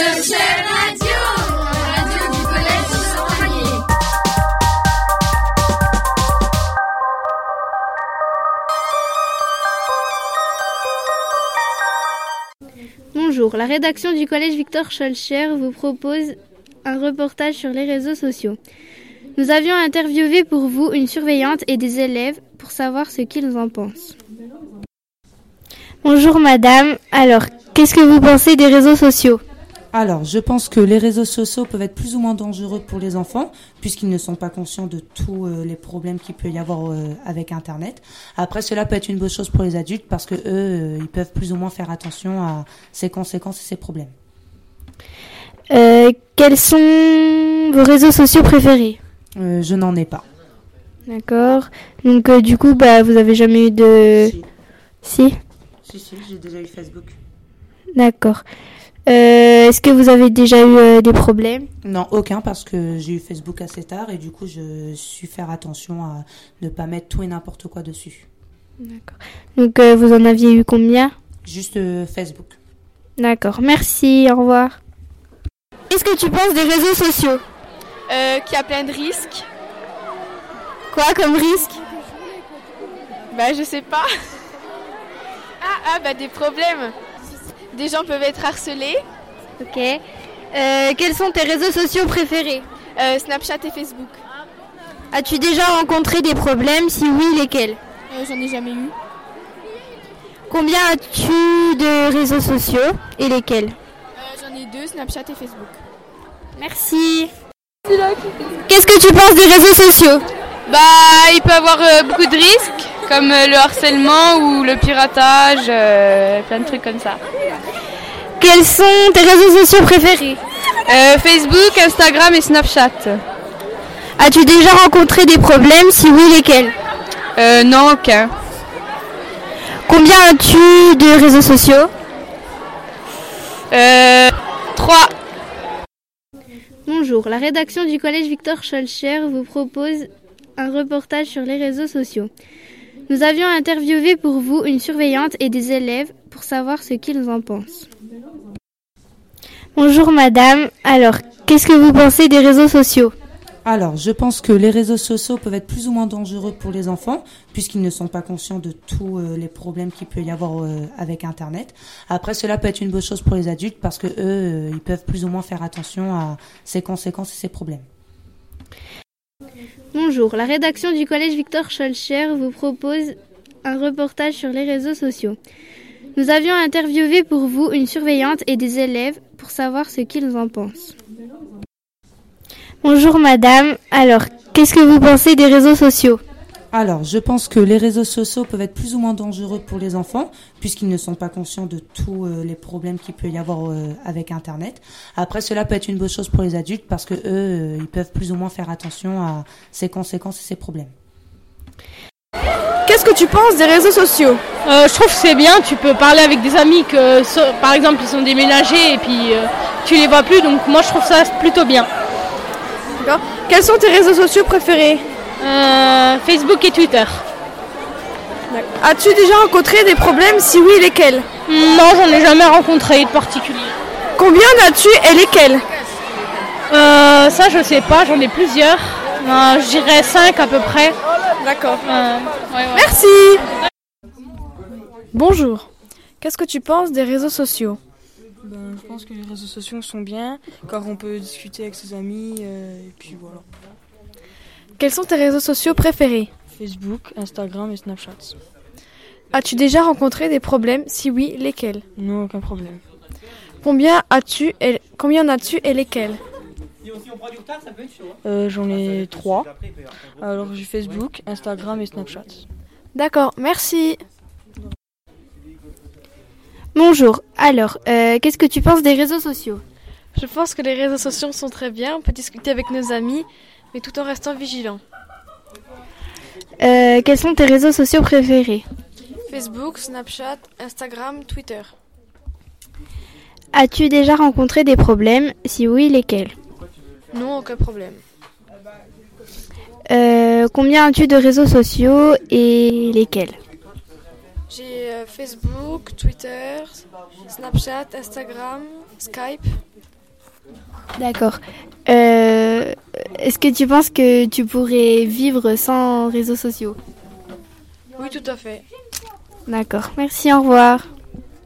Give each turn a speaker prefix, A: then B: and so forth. A: Cherchez Radio, la radio du collège Saint-Vallier.
B: Bonjour, la rédaction du collège Victor Scholcher vous propose un reportage sur les réseaux sociaux. Nous avions interviewé pour vous une surveillante et des élèves pour savoir ce qu'ils en pensent. Bonjour madame, alors qu'est-ce que vous pensez des réseaux sociaux
C: Alors, je pense que les réseaux sociaux peuvent être plus ou moins dangereux pour les enfants, puisqu'ils ne sont pas conscients de tous euh, les problèmes qu'il peut y avoir euh, avec Internet. Après, cela peut être une bonne chose pour les adultes, parce que eux, euh, ils peuvent plus ou moins faire attention à ses conséquences et ses problèmes.
B: Euh, Quels sont vos réseaux sociaux préférés
C: Euh, je n'en ai pas.
B: D'accord. Donc euh, du coup, bah, vous avez jamais eu de... Si,
C: si, j'ai déjà eu Facebook.
B: d'accord. Euh, Est-ce que vous avez déjà eu euh, des problèmes
C: Non, aucun, parce que j'ai eu Facebook assez tard, et du coup, je suis faire attention à ne pas mettre tout et n'importe quoi dessus.
B: D'accord. Donc euh, vous en aviez eu combien
C: Juste euh, Facebook.
B: D'accord, merci, au revoir. Qu'est-ce que tu penses des réseaux sociaux
D: Euh, qu'il y a plein de risques.
B: Quoi comme risque
D: Bah je sais pas. Ah ah bah des problèmes. Des gens peuvent être harcelés.
B: Ok. Euh, quels sont tes réseaux sociaux préférés
D: Euh, Snapchat et Facebook.
B: As-tu déjà rencontré des problèmes Si oui, lesquels
D: Euh, J'en ai jamais eu.
B: Combien as-tu de réseaux sociaux et lesquels
D: Euh, J'en ai deux, Snapchat et Facebook.
B: Merci. Qu'est-ce que tu penses des réseaux sociaux
E: Bah, il peut avoir euh, beaucoup de risques, comme euh, le harcèlement ou le piratage, euh, plein de trucs comme ça.
B: Quels sont tes réseaux sociaux préférés
E: Euh, Facebook, Instagram et Snapchat.
B: As-tu déjà rencontré des problèmes Si oui, lesquels
E: Euh, non, aucun.
B: Combien as-tu de réseaux sociaux
E: Euh, 3.
B: Bonjour, la rédaction du collège Victor Scholcher vous propose un reportage sur les réseaux sociaux. Nous avions interviewé pour vous une surveillante et des élèves pour savoir ce qu'ils en pensent. Bonjour madame, alors qu'est-ce que vous pensez des réseaux sociaux
C: Alors, je pense que les réseaux sociaux peuvent être plus ou moins dangereux pour les enfants, puisqu'ils ne sont pas conscients de tous euh, les problèmes qu'il peut y avoir euh, avec Internet. Après, cela peut être une bonne chose pour les adultes, parce que eux, euh, ils peuvent plus ou moins faire attention à ses conséquences et ses problèmes.
B: Bonjour, la rédaction du collège Victor Scholcher vous propose un reportage sur les réseaux sociaux. Nous avions interviewé pour vous une surveillante et des élèves pour savoir ce qu'ils en pensent. Bonjour madame, alors qu'est-ce que vous pensez des réseaux sociaux
C: Alors, je pense que les réseaux sociaux peuvent être plus ou moins dangereux pour les enfants, puisqu'ils ne sont pas conscients de tous euh, les problèmes qu'il peut y avoir euh, avec Internet. Après, cela peut être une bonne chose pour les adultes, parce que eux, euh, ils peuvent plus ou moins faire attention à ses conséquences et ses problèmes.
F: Qu'est-ce que tu penses des réseaux sociaux
G: Euh, je trouve que c'est bien, tu peux parler avec des amis que so- par exemple ils sont déménagés et puis euh, tu les vois plus donc moi je trouve ça plutôt bien.
F: Quels sont tes réseaux sociaux préférés
G: Euh, Facebook et Twitter.
F: As-tu déjà rencontré des problèmes Si oui, lesquels
G: Non, j'en ai jamais rencontré de particulier.
F: Combien en as-tu et lesquels
G: Euh, ça je sais pas, j'en ai plusieurs. Euh, je dirais 5 à peu près.
F: D'accord.
G: Euh,
F: Merci Bonjour. Qu'est-ce que tu penses des réseaux sociaux
H: Ben, je pense que les réseaux sociaux sont bien, car on peut discuter avec ses amis, euh, et puis voilà.
F: Quels sont tes réseaux sociaux préférés
H: Facebook, Instagram et Snapchat.
F: As-tu déjà rencontré des problèmes Si oui, lesquels
H: Non, aucun problème.
F: Combien as-tu et combien en as-tu et lesquels
H: Euh, J'en ai trois. Alors j'ai Facebook, Instagram et Snapchat.
F: D'accord, merci.
B: Bonjour, alors euh, qu'est-ce que tu penses des réseaux sociaux
I: Je pense que les réseaux sociaux sont très bien, on peut discuter avec nos amis, mais tout en restant vigilant.
B: Euh, Quels sont tes réseaux sociaux préférés
I: Facebook, Snapchat, Instagram, Twitter.
B: As-tu déjà rencontré des problèmes Si oui, lesquels
I: Non, aucun problème.
B: Euh, Combien as-tu de réseaux sociaux et lesquels
I: J'ai euh, Facebook, Twitter, Snapchat, Instagram, Skype.
B: D'accord. Euh, Est-ce que tu penses que tu pourrais vivre sans réseaux sociaux
I: Oui, tout à fait.
B: D'accord. Merci, au revoir.